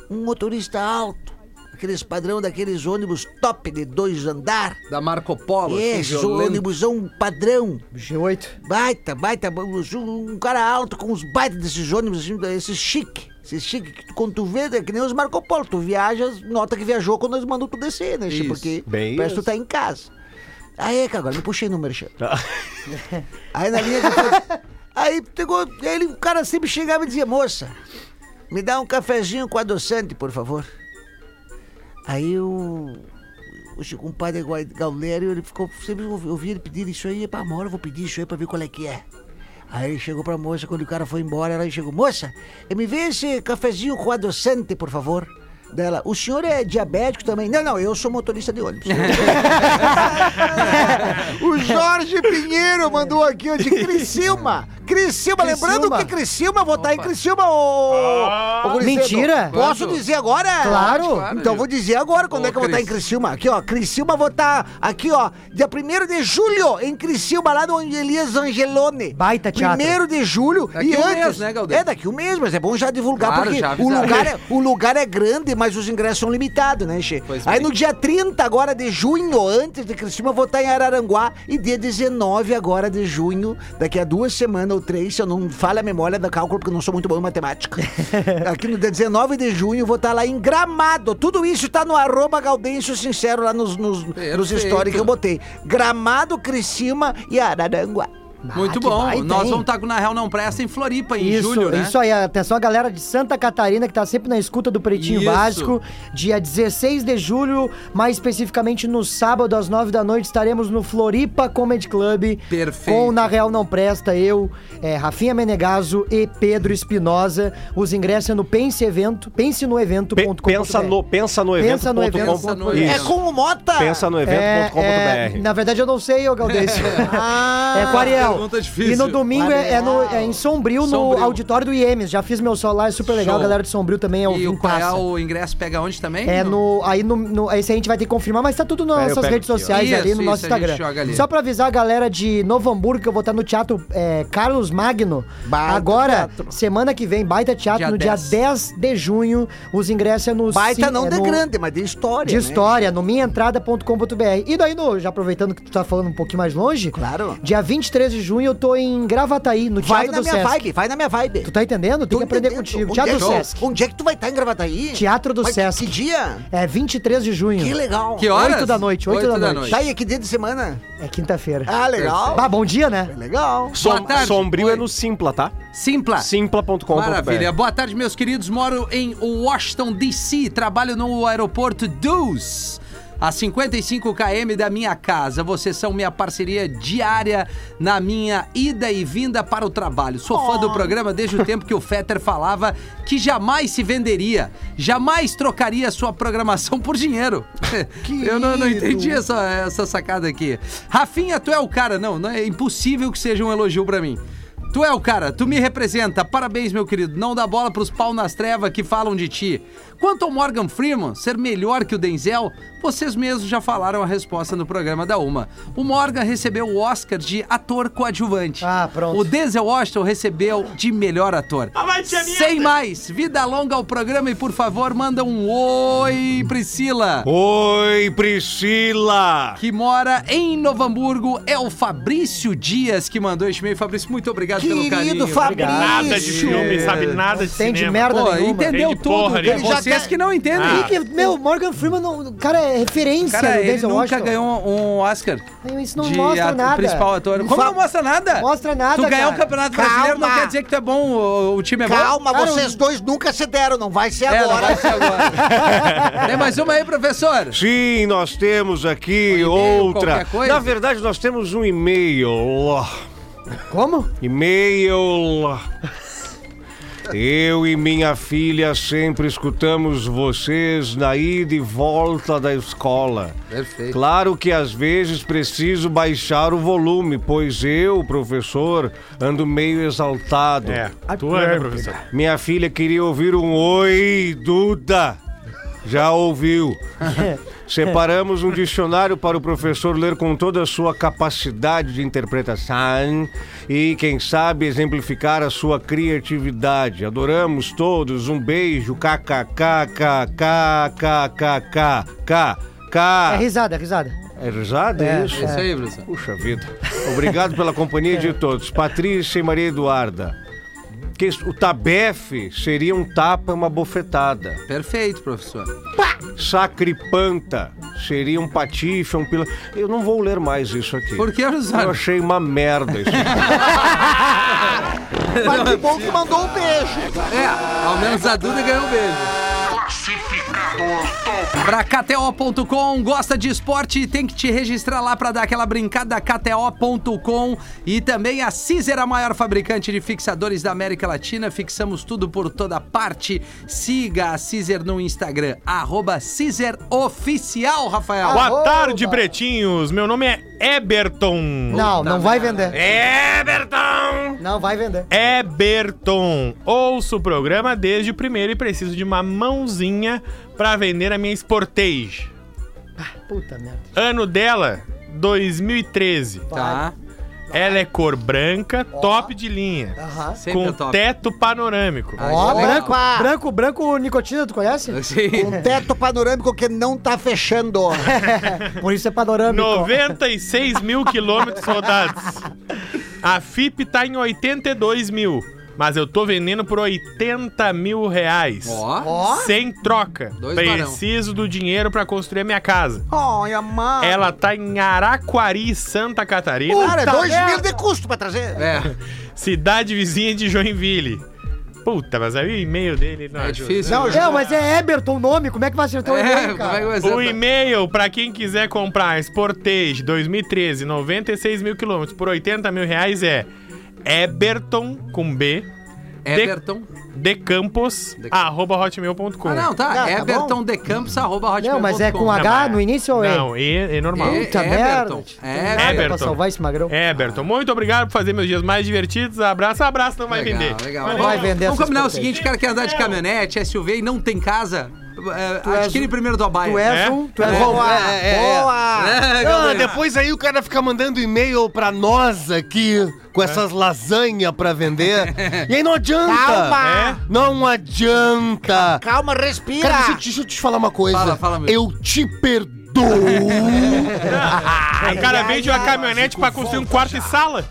um motorista alto, aqueles padrão daqueles ônibus top de dois andar. Da Marco Polo. É, assim, sou violento. ônibusão padrão. G8. Baita, baita, um cara alto com uns baita desses ônibus, assim, esses chique. Esses chique que tu- quando tu vê, é que nem os Marco Polo. Tu viajas, nota que viajou quando eles mandam tu descer, né? Xê? Isso, Ah. Porque bem parece que tu tá em casa. Aí, cara, agora me puxei no merchan. Aí na linha de frente- Aí pegou. aí ele, o cara sempre chegava e dizia, moça, me dá um cafezinho com adoçante, por favor. Aí o. O Chico, um padre Gua- Gaulério, ele ficou. Sempre ouvi ouvi ele pedir isso aí, pá, uma hora eu vou pedir isso aí pra ver qual é que é. Aí ele chegou pra moça, quando o cara foi embora, ela chegou, moça, eh, me vê esse cafezinho com adoçante, por favor. Dela, o senhor é diabético também? Não, não, eu sou motorista de ônibus. o Jorge Pinheiro mandou aqui, ó, de Criciúma. Criciúma, lembrando Criciúma. que Criciúma, eu vou estar em Criciúma, ô... ô gurizada. Mentira. Posso Quando? dizer agora? Ah. Claro. Então vou dizer agora quando Ô, é que eu vou estar em Cris. Criciúma. Aqui, ó. Criciúma vou estar aqui, ó. Dia 1 de julho, em Criciúma, lá no Elias Angelone. Baita teatro. 1 de julho. Daqui e um antes, mês, né, Galdês? É, daqui um mês, mas é bom já divulgar, Claro, porque já o, avisar. lugar é, o lugar é grande, mas os ingressos são limitados, né, Che? Pois é. Aí bem. no dia 30 agora de junho, antes de Criciúma, eu vou estar em Araranguá. E dia 19 agora de junho, daqui a duas semanas ou três, se eu não falho a memória da cálculo, porque eu não sou muito bom em matemática. Aqui no dia 19 de junho, eu vou estar lá em Gramado. Tudo isso tá no arroba Gaudêncio Sincero, lá nos, nos, nos Perfeito. stories que eu botei. Gramado, Criciúma e Araranguá. Muito Ah, que bom. baita, Nós hein? vamos estar com Na Real Não Presta em Floripa, em Isso, julho, né? isso aí. Atenção, a galera de Santa Catarina que tá sempre na escuta do Pretinho Isso. Básico. Dia 16 de julho, mais especificamente no sábado, às 9 da noite, estaremos no Floripa Comedy Club. Perfeito. Com Na Real Não Presta, eu, é, Rafinha Menegaso e Pedro Espinosa. Os ingressos é no Pense Evento, Pe- pensenoevento.com.br. pensa no pensa no evento. Pensa no ponto evento. com- Pensa no Isso. É com o Mota. Pensa no É, evento.com.br. é, na verdade, eu não sei, ô Galdês. Ah, é com Ariel. pergunta difícil. E no domingo é, é no- é em Sombrio, Sombrio. no auditório do IEMES. Já fiz meu solo lá, é super legal. Show. A galera de Sombrio também é E o o qual é passa. o ingresso pega onde também? É no. Aí no, no- esse a gente vai ter que confirmar, mas tá tudo nas eu nossas pego redes aqui, ó. sociais Isso, ali no isso, nosso a gente Instagram. joga ali. Só pra avisar a galera de Novo Hamburgo que eu vou estar no teatro é, Carlos Magno. Baita Agora, semana que vem, baita teatro, Dia no dia 10. 10 de junho. Os ingressos é no Baita Cin- não é de no- grande, mas de história. de né? história no minhaentrada.com.br. E daí, no, já aproveitando que tu tá falando um pouquinho mais longe. Claro. Dia 23 de de junho eu tô em Gravataí, no Vai Teatro na do minha Sesc. vibe, vai na minha vibe. Tu tá entendendo? Tem Tô que aprender entendendo. contigo. Onde Teatro é do que- Sesc. Onde é que tu vai estar em Gravataí? Teatro do Mas que- Sesc. Que dia? É 23 de junho. Que legal. Que horas? 8 da noite, 8 da noite. Tá aí, que dia de semana? É quinta-feira. Ah, legal. É Bah, bom dia, né? Legal. Boa Som- tarde. Sombrio Oi. é no Simpla, tá? Simpla. Simpla.com.br. Maravilha. Boa tarde, meus queridos. Moro em Washington, D.C. Trabalho no aeroporto Dulles. A 55 km da minha casa, vocês são minha parceria diária na minha ida e vinda para o trabalho. Sou fã do programa desde o tempo que o Fetter falava que jamais se venderia, jamais trocaria sua programação por dinheiro. Eu não, não entendi essa, essa sacada aqui. Rafinha, tu é o cara. Não, não é impossível que seja um elogio pra mim. Tu é o cara, tu me representa. Parabéns, meu querido. Não dá bola pros pau nas trevas que falam de ti. Quanto ao Morgan Freeman ser melhor que o Denzel, vocês mesmos já falaram a resposta no programa da Uma. O Morgan recebeu o Oscar de ator coadjuvante. Ah, pronto. O Denzel Washington recebeu de melhor ator. Sem mais, vida longa ao programa e por favor, manda um oi, Priscila. Oi, Priscila! Que mora em Novo Hamburgo, é o Fabrício Dias que mandou este e-mail. Fabrício, muito obrigado pelo carinho. Querido Nada de Fabrício. filme, sabe? Nada de Entende cinema. merda Pô, nenhuma. entendeu Entende tudo. porra cara. nenhuma. Vocês que é um não entendem. Ah. E que, meu, Morgan Freeman, não, o cara é referência Cara, do ele Denzel nunca Washington. ganhou um Oscar Isso não de mostra ato- nada. principal ator. Como Fa- não mostra nada? Mostra nada, Tu ganhar o cara. Campeonato Brasileiro não Calma. quer dizer que tu é bom, o, o time é bom. Calma, Cara, vocês o- dois nunca se deram, não vai ser É, não vai agora. ser agora. Tem mais uma aí, professor? Sim, nós temos aqui Um e-mail, outra. qualquer coisa? Na verdade, nós temos um e-mail. Como? E-mail. Eu e minha filha sempre escutamos vocês na ida e volta da escola. Perfeito. Claro que às vezes preciso baixar o volume, pois eu, professor, ando meio exaltado. É, tu é, né, professor? Minha filha queria ouvir um oi, Duda. Já ouviu. Separamos um dicionário para o professor ler com toda a sua capacidade de interpretação e, quem sabe, exemplificar a sua criatividade. Adoramos todos. Um beijo. Ah. É KKKKKKKK. risada, é risada. É risada é isso? É isso aí, professor. Puxa vida. Obrigado pela companhia de todos. Patrícia e Maria Eduarda. Que isso- o tabefe seria um tapa, uma bofetada. Perfeito, professor. Sacripanta seria um patife, um pila. Eu não vou ler mais isso aqui. Por que, Eu professor? achei uma merda isso. Mas que bom que mandou um beijo. É, ao menos a Duda ganhou um beijo. Pra KTO.com, gosta de esporte, tem que te registrar lá pra dar aquela brincada KTO.com e também a Cizer, a maior fabricante de fixadores da América Latina. Fixamos tudo por toda parte. Siga a Cizer no Instagram, arroba Cizer Oficial, Rafael. Boa Arroba. tarde, pretinhos. Meu nome é Eberton. Não, não vai vender. Eberton! Não vai vender. Eberton. Ouço o programa desde o primeiro e preciso de uma mãozinha pra vender a minha Sportage. Puta merda. Ano dela, 2013. Tá, Ela é cor branca, top de linha. Aham. sempre é Com top. teto panorâmico. Ah, Ó, legal. branco, branco, branco, nicotina, tu conhece? Sim. Um teto panorâmico que não tá fechando. Por isso é panorâmico. 96 mil quilômetros rodados. A FIP tá em 82 mil. Mas eu tô vendendo por 80 mil reais. Ó, Ó, Sem troca. Dois Preciso do dinheiro pra construir a minha casa. Ai, Ah. amado. Ela tá em Araquari, Santa Catarina. Cara, é Puta dois mil merda. de custo pra trazer. é, Cidade vizinha de Joinville. Puta, mas aí o e-mail dele não é ajuda. difícil. Não, mas é Eberton o nome, como é que vai acertar o É, e-mail, como é que cara? vai ser? O e-mail pra quem quiser comprar Sportage 2013, 96 mil quilômetros por 80 mil reais é Eberton com B Everton. de Campos De- arroba hotmail.com. Ah, não, tá. Ah, tá Everton de Campos, arroba hotmail Não, mas é com H no início ou Não, e, e normal. É. Puta merda. Everton. Não tem nada Everton. Pra salvar esse magrão. É. Eberton, muito obrigado por fazer meus dias mais divertidos. Abraço, abraço, não vai Legal, vender. legal. Mas Vamos- vai Vamos vender essas combinar o potências. seguinte, o cara quer andar de caminhonete, SUV e não tem casa, é, és adquire primeiro tua baia. Tu és É? um, tu és um. Boa! Boa! Ah, depois aí o cara fica mandando e-mail pra nós aqui com essas lasanhas pra vender. E aí não adianta. É? Calma. É. Não adianta. Calma, respira. Cara, deixa, eu te- deixa eu te falar uma coisa. Fala, fala, meu. Eu te perdoo. Ah, O cara vende uma caminhonete pra construir um quarto e sala.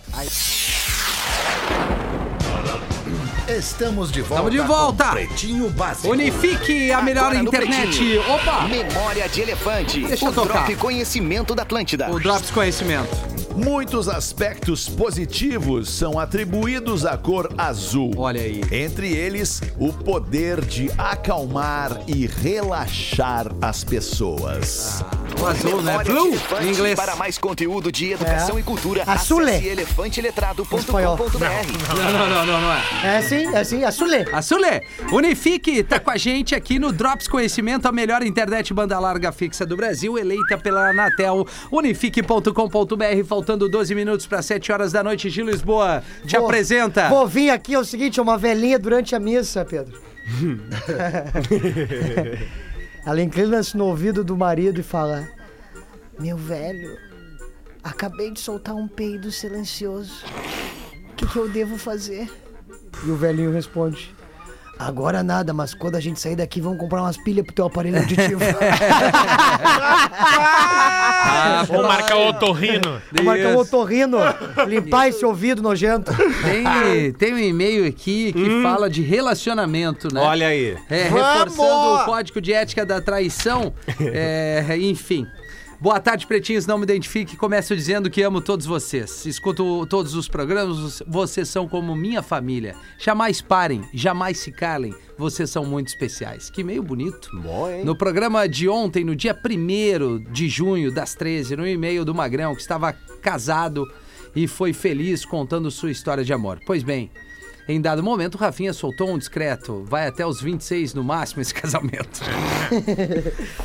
Estamos de volta. Estamos de volta. com Pretinho Básico. Unifique a melhor Agora no internet. Pretinho. Opa! Memória de elefante. Deixa o eu tocar. Drop Conhecimento da Atlântida. O Drops Conhecimento. Muitos aspectos positivos são atribuídos à cor azul. Olha aí. Entre eles, o poder de acalmar e relaxar as pessoas. O azul, né? Memória de Blue, elefante. em inglês. É. Para mais conteúdo de educação e cultura, Azule. acesse elefanteletrado.com.br. Não, não, não, não, não é. É assim, é assim, a Sule. Açulê, Unifique tá com a gente aqui no Drops Conhecimento, a melhor internet banda larga fixa do Brasil, eleita pela Anatel, unifique.com.br, faltando 12 minutos para 7 horas da noite. Gil Lisboa te Vou- apresenta. Vou vir aqui, é o seguinte, é uma velhinha durante a missa, Pedro. Ela inclina-se no ouvido do marido e fala: Meu velho, acabei de soltar um peido silencioso. O que, que eu devo fazer? E o velhinho responde: Agora nada, mas quando a gente sair daqui, vamos comprar umas pilhas pro teu aparelho auditivo. Ah, Vou marcar o otorrino. É Vou Marcar um otorrino, limpar esse ouvido nojento. Tem, tem um e-mail aqui que Hum. fala de relacionamento, né? Olha aí. É, Vamos! reforçando o código de ética da traição. É, enfim. Boa tarde, pretinhos. Não me identifique. Começo dizendo que amo todos vocês. Escuto todos os programas. Vocês são como minha família. Jamais parem, jamais se calem. Vocês são muito especiais. Que meio bonito. Bom, hein? No programa de ontem, no dia 1 de junho, das 13, no e-mail do Magrão, que estava casado e foi feliz contando sua história de amor. Pois bem, em dado momento, o Rafinha soltou um discreto. Vai até os 26 no máximo esse casamento.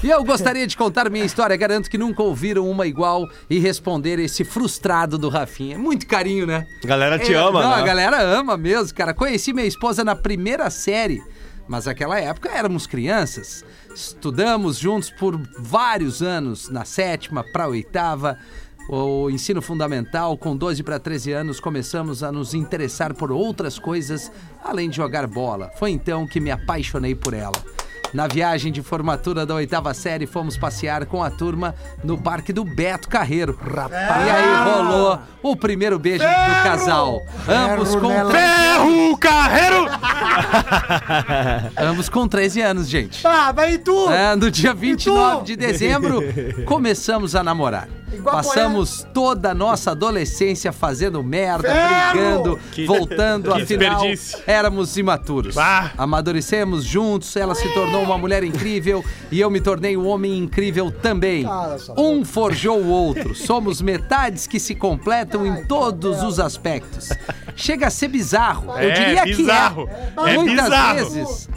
e eu gostaria de contar minha história. Garanto que nunca ouviram uma igual e responder esse frustrado do Rafinha. É Muito carinho, né? Galera te É, ama, Não, né? a galera ama mesmo, cara. Conheci minha esposa na primeira série, mas naquela época éramos crianças. Estudamos juntos por vários anos, na sétima para oitava. O ensino fundamental, com 12 para 13 anos, começamos a nos interessar por outras coisas além de jogar bola. Foi então que me apaixonei por ela. Na viagem de formatura da oitava série, fomos passear com a turma no parque do Beto Carreiro. Rapaz. E aí rolou o primeiro beijo do casal. Ambos com, Ferro Carreiro! ambos com 13 anos, gente. Ah, vai e tu! É, no dia 29 tu? de dezembro, começamos a namorar. Igual a Passamos toda a nossa adolescência fazendo merda, brigando, Que- voltando, que afinal, desperdício. éramos imaturos. Bah. Amadurecemos juntos, ela se tornou uma mulher incrível e eu me tornei um homem incrível também. Cala sua Um forjou o outro. Somos metades que se completam em todos os aspectos. Chega a ser bizarro. Eu É, diria bizarro. que é. É Muitas bizarro. vezes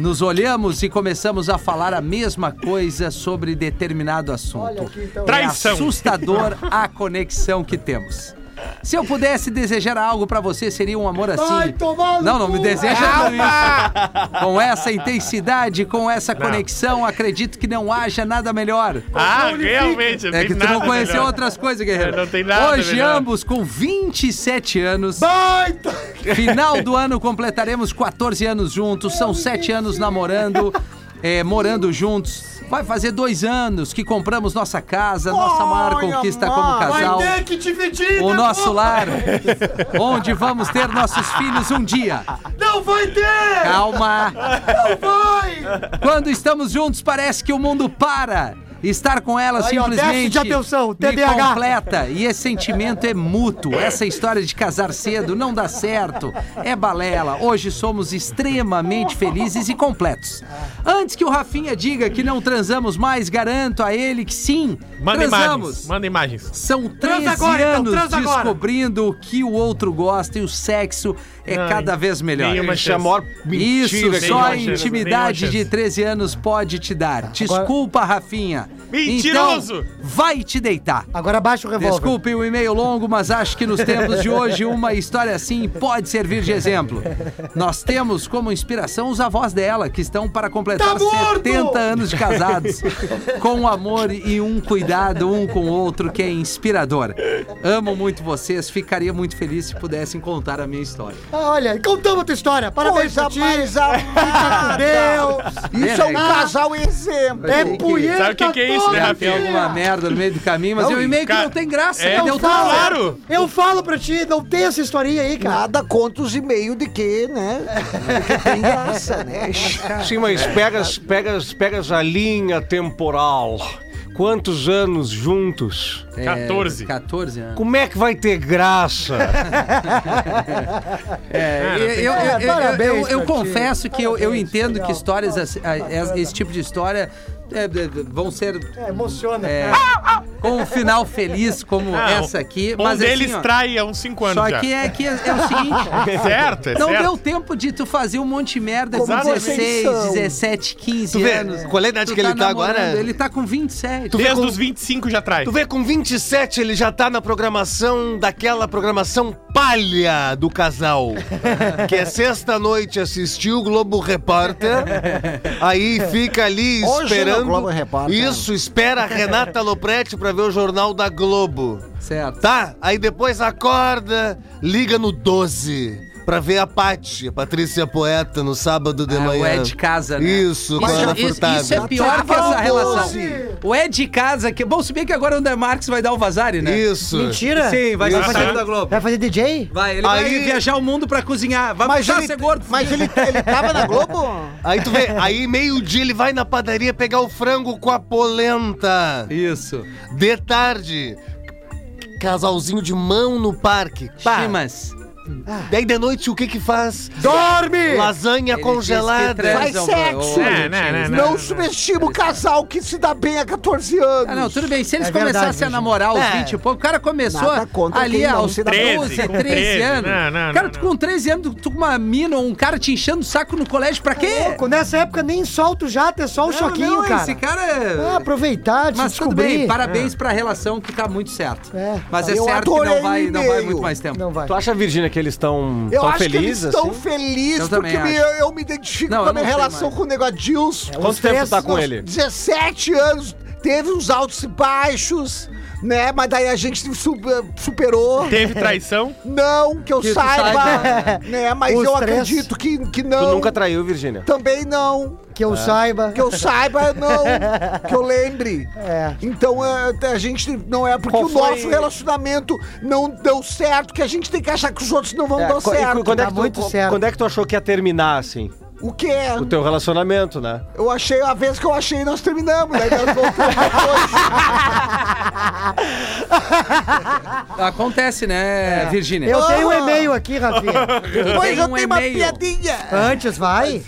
nos olhamos e começamos a falar a mesma coisa sobre determinado assunto. Traição. É assustador a conexão que temos. Se eu pudesse desejar algo pra você, seria um amor assim. Vai tomar no não, não me cu. Ah, deseja não isso. Com essa intensidade, com essa conexão, acredito que não haja nada melhor. Ah, realmente, não É tem que tu nada não conheceu melhor. outras coisas, guerreiro. É, não tem nada Hoje, melhor. ambos com 27 anos. Final do ano completaremos 14 anos juntos, são 7 anos namorando, é, morando juntos. Vai fazer dois anos que compramos nossa casa, nossa maior conquista como casal. O nosso lar, onde vamos ter nossos filhos um dia. Não vai ter! Calma! Vai! Quando estamos juntos, parece que o mundo para. Estar com ela Aí, ó, déficit simplesmente de atenção, me TDAH. completa. E esse sentimento é mútuo. Essa história de casar cedo não dá certo. É balela. Hoje somos extremamente felizes e completos. Antes que o Rafinha diga que não transamos mais, garanto a ele que sim, Manda transamos. imagens. Manda imagens. São 13 agora, então, anos transa agora. descobrindo o que o outro gosta e o sexo é Ai, cada vez melhor. nenhuma Isso é a maior mentira Isso, que só nenhuma a chance, intimidade nenhuma de chance. 13 anos pode te dar. Desculpa, Rafinha. Mentiroso! Então, vai te deitar. Agora baixa o revólver. Desculpe o e-mail longo, mas acho que nos tempos de hoje uma história assim pode servir de exemplo. Nós temos como inspiração os avós dela, que estão para completar Tá morto! 70 anos de casados. com amor e um cuidado um com o outro que é inspirador. Amo muito vocês, ficaria muito feliz se pudessem contar a minha história. Ah, olha, contamos a tua história. Parabéns Coisa pra ti. mais Fica com Deus. Isso é um Beleza. casal exemplo. É Sabe o que que- punheta sabe o que que é isso, né, toda Rafinha? dia. Tem alguma merda no meio do caminho, mas eu e-mail que cara, não tem graça. é, cadê o eu teu? falo. Claro. Eu falo pra ti, não tem essa historinha aí, cara. Nada contra os e-mails de que, né? Que tem graça, né? Sim, mas pegas, pegas, pegas a linha temporal. Quantos anos juntos? É, 14. 14 anos. Como é que vai ter graça? É, eu, eu, que- eu- É, parabéns, eu- eu Martinho. confesso que eu, eu Parabéns, entendo legal. que histórias, assim- a- es- esse tipo de história é, é, vão ser É, emociona. é, com um final feliz como Ah, essa aqui, Um mas deles assim, ó, trai há uns 5 anos só já. que é, que é, é o seguinte... Certo, é Não certo. deu tempo de tu fazer um monte de merda com Exatamente. 16, Vocês são. 17, 15 Tu vê, anos. qual é a idade Tu que ele tá agora? namorando, Ele tá com 27. Desde os 25 já trai. Tu vê, com 27 ele já tá na programação daquela programação palha do casal. Que é sexta-noite assistir o Globo Repórter, aí fica ali Hoje no esperando. Globo Repórter. Isso, espera a Renata Loprete pra ver o Jornal da Globo. Certo. Tá, aí depois acorda, liga no 12 pra ver a Paty, a Patrícia é Poeta, no sábado de Ah, manhã. o é de casa, né? Isso, com a Ana isso, isso, Furtado. isso é pior que essa relação. O é de casa, que bom, se bem que agora o André Marques vai dar o Vazari, né? Isso. Mentira? Sim, vai Isso. ser parceiro da Globo. Vai fazer DJ? Vai, ele vai Aí- viajar o mundo pra cozinhar. Vai Mas, mas ele, ser gordo. mas ele, ele tava na Globo? Aí tu vê, aí meio-dia ele vai na padaria pegar o frango com a polenta. Isso. De tarde, casalzinho de mão no parque. Pá. Chimas. Daí de noite o que que faz? Dorme! Lasanha Eles congelada. diz que Faz transam, ô, sexo. É, gente, né, né, eles- né. Não subestima o casal que se dá bem há 14 anos. Ah, não, tudo bem. Se eles É verdade, começassem a gente. namorar aos É. 20 e pouco, o cara começou Nada contra ali quem não aos se dá bem. 12, 13, Com 13, anos. não, não, cara, não, tu não. com 13 anos, tu com uma mina ou um cara te enchendo o saco no colégio, pra quê? Tá Louco, Nessa época nem solta o jato, é só o não, choquinho, cara. Esse cara é... Ah, aproveitar, de Mas tudo descobrir. bem, parabéns pra relação que tá muito certo. É. Mas é Eu certo que adorei não vai, não o vai e-mail. muito mais tempo. Não vai. acha, Virgínia, que eles estão Eu acho que eles assim? estão felizes Eu porque também me- acho. eu me identifico Não, com a eu minha não sei relação mais. com o Negodilson. Quanto tempo tá com ele? 17 anos, teve uns altos e baixos, né? Mas daí a gente su- superou. Teve traição. Não que eu Que tu saiba, saiba. né? Mas Os eu três. acredito que, que não. Tu nunca traiu, Virgínia. Também não. Que eu saiba. Que eu saiba, não. que eu lembre. É. Então a, a gente não é porque Qual o foi- nosso relacionamento não deu certo que a gente tem que achar que os outros não vão É, dar co- e certo. cu- quando, é dá que tu, muito co- certo. quando é que tu achou que ia terminar, assim? O que é? O teu relacionamento, né? Eu achei, a vez que eu achei, nós terminamos. Daí nós voltamos depois. Acontece, né, Virgínia? Eu tenho um e-mail aqui, Rafinha. depois Tem eu um tenho uma e-mail. Ah, piadinha. Antes, vai.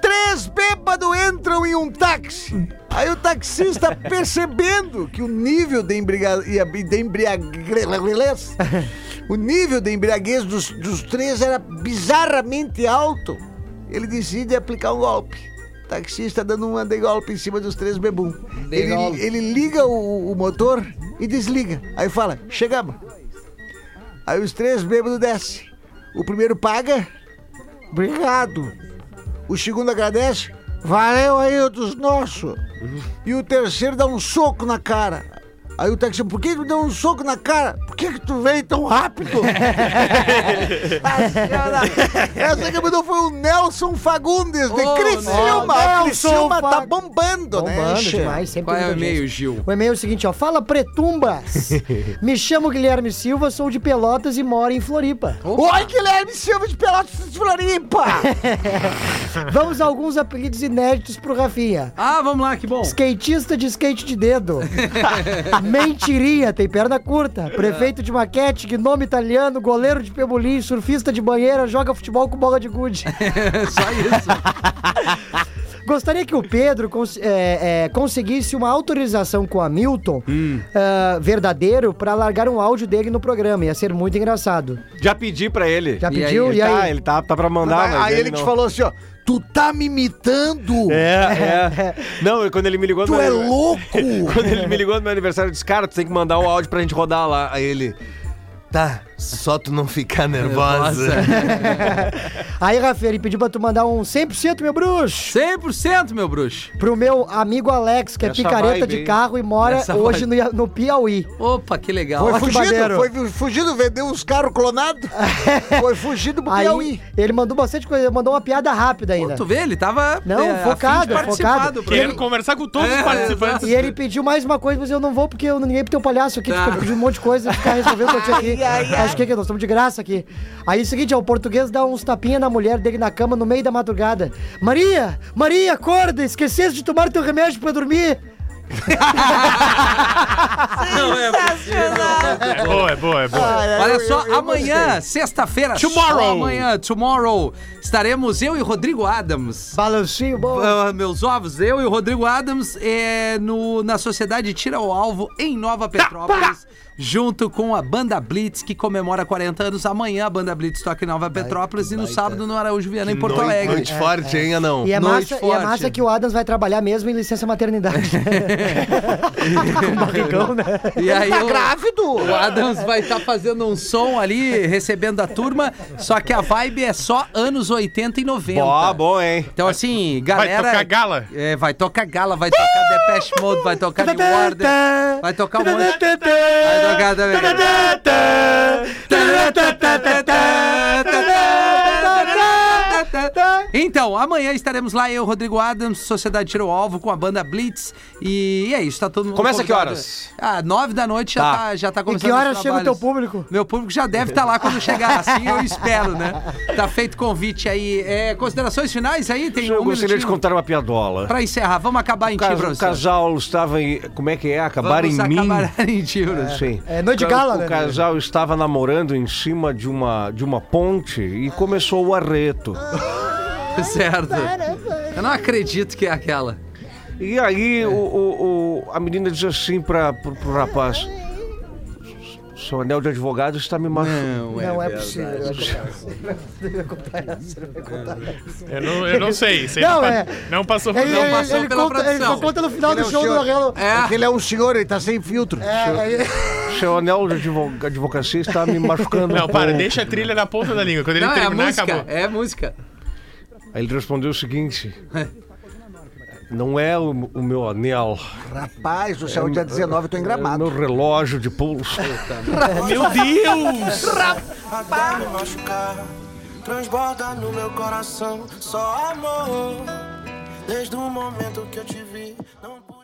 Três bêbados entram em um táxi. Aí o taxista, percebendo que o nível de, embriga... e a- de embriaguez... O nível de embriaguez dos, dos três era bizarramente alto. Ele decide aplicar um golpe. O taxista dando uma de golpe em cima dos três bebum. De Ele, golpe. ele liga o, o motor e desliga. Aí fala, chegamos. Aí os três bêbados descem. O primeiro paga. Obrigado. O segundo agradece. Valeu aí, outros nossos. E o terceiro dá um soco na cara. Aí o taxista, por que tu deu um soco na cara? Por que, que tu veio tão rápido? Ah, senhora, Essa que mandou foi o Nelson Fagundes, de Ô, Criciúma. Nelson O Criciúma tá Fag- bombando, né? Bombando che? demais, sempre Qual é o muita gente. e-mail, Gil? O e-mail é o seguinte, ó. Fala pretumbas. Me chamo Guilherme Silva, sou de Pelotas e moro em Floripa. Oi, Guilherme Silva de Pelotas de Floripa. Vamos a alguns apelidos inéditos pro Rafinha. Ah, vamos lá, que bom. Skatista de skate de dedo. Mentirinha, tem perna curta. Prefeito de maquete, gnome italiano, goleiro de pebolim, surfista de banheira, joga futebol com bola de gude. Só isso. Gostaria que o Pedro cons- é, é, conseguisse uma autorização com a Milton ah, verdadeiro pra largar um áudio dele no programa. Ia ser muito engraçado. Já pedi pra ele. Já E pediu? aí? E aí? Tá, ele tá, tá pra mandar, mas Aí ele, te não- falou assim, ó. Tu tá me imitando? É, é. Não, quando ele me ligou... Tu meu- é louco? Quando ele me ligou no meu aniversário, eu disse, cara, tu tem que mandar o áudio pra gente rodar lá. Aí ele... Tá, Só tu não ficar nervosa. Aí, Rafa, ele pediu pra tu mandar um 100% meu bruxo 100%, meu bruxo. pro meu amigo Alex, que é Essa picareta vibe, de hein? carro e mora Essa hoje no, Ia- no Piauí. Opa, que legal. Foi Foi Olha que maneiro. fugido, foi fugido, vendeu uns carros clonados. foi fugido é pro Aí Piauí. ele mandou bastante coisa, ele mandou uma piada rápida ainda. Tu vê, ele tava Não, é, a fim de focado, participar focado. do programa. Querendo conversar com todos É, os participantes. E ele pediu mais uma coisa, mas eu não vou porque eu ninguém pro teu palhaço aqui, Tá. fica pedindo um monte de coisa e ficar resolvendo o que aqui. Acho que, que nós estamos de graça aqui. Aí é o seguinte, ó, o português dá uns tapinhas na mulher dele na cama no meio da madrugada. Maria, Maria, acorda, esqueceste de tomar teu remédio pra dormir. Não, é possível. É boa, é boa, é boa. Olha só, amanhã, sexta-feira, só Tomorrow. amanhã, tomorrow, estaremos eu e Rodrigo Adams. Balancinho bom. Ah, meus ovos, eu e o Rodrigo Adams é, no, na Sociedade Tira o Alvo, em Nova Petrópolis, junto com a Banda Blitz, que comemora 40 anos. Amanhã a Banda Blitz toca em Nova Petrópolis e no sábado no Araújo Viana, em Porto Alegre. Noite forte, hein, Anão? E é, noite massa, e é forte. massa que o Adams vai trabalhar mesmo em licença maternidade. Com barrigão, né? E aí tá o- grávido. O Adams vai estar fazendo um som ali, recebendo a turma, só que a vibe é só anos 80 e 90. Ó, bom, hein? Então, assim, galera. tocar gala? É, vai tocar gala, vai tocar Depeche Mode, vai tocar The Warden, vai tocar um monte. Vai tocar também. Então, amanhã estaremos lá, eu, Rodrigo Adams, Sociedade Tiro Alvo, com a banda Blitz. E é isso, tá todo mundo. Começa que convidado. horas? Ah, nove da noite já tá, Tá. já tá E começando. que os horas chega o teu trabalhos. público? Meu público já deve estar lá quando chegar, assim eu espero, né? Tá feito convite aí. É, considerações finais aí? Tem Eu um gostaria de minutinho contar uma piadola. pra encerrar. Vamos acabar em O ti, cas- o professor. casal estava em. Como é que é? Acabar Vamos em mim? acabar em ti, professor. Sim. É noite de O ca- gala, O né? casal estava namorando em cima de uma, de uma ponte e começou o arreto. É. Certo. é Eu não acredito que é aquela. E aí o, o- o- a menina diz assim para pro, pro rapaz: Seu anel de advogado está me machucando. Não é possível. Eu não, eu não sei. Isso aí Não, não, é. pa- não passou por Ele, não. ele- passou ele pela conta, ele produção. só conta no final do show do Arrelo. Ah. Porque ele é um senhor, ele tá sem filtro. É. Seu anel de advo- advocacia está me machucando. Não, um para, pouco." deixa a trilha na ponta da língua. Quando ele Não, é a terminar, música. acabou. É a música. Aí ele respondeu o seguinte: Não é o, o meu anel, Rapaz do céu, dia 19 eu tô é o engramado. meu relógio de pulso. É Meu Deus! Transborda no meu coração só amor. Desde o momento que eu te vi, não pude.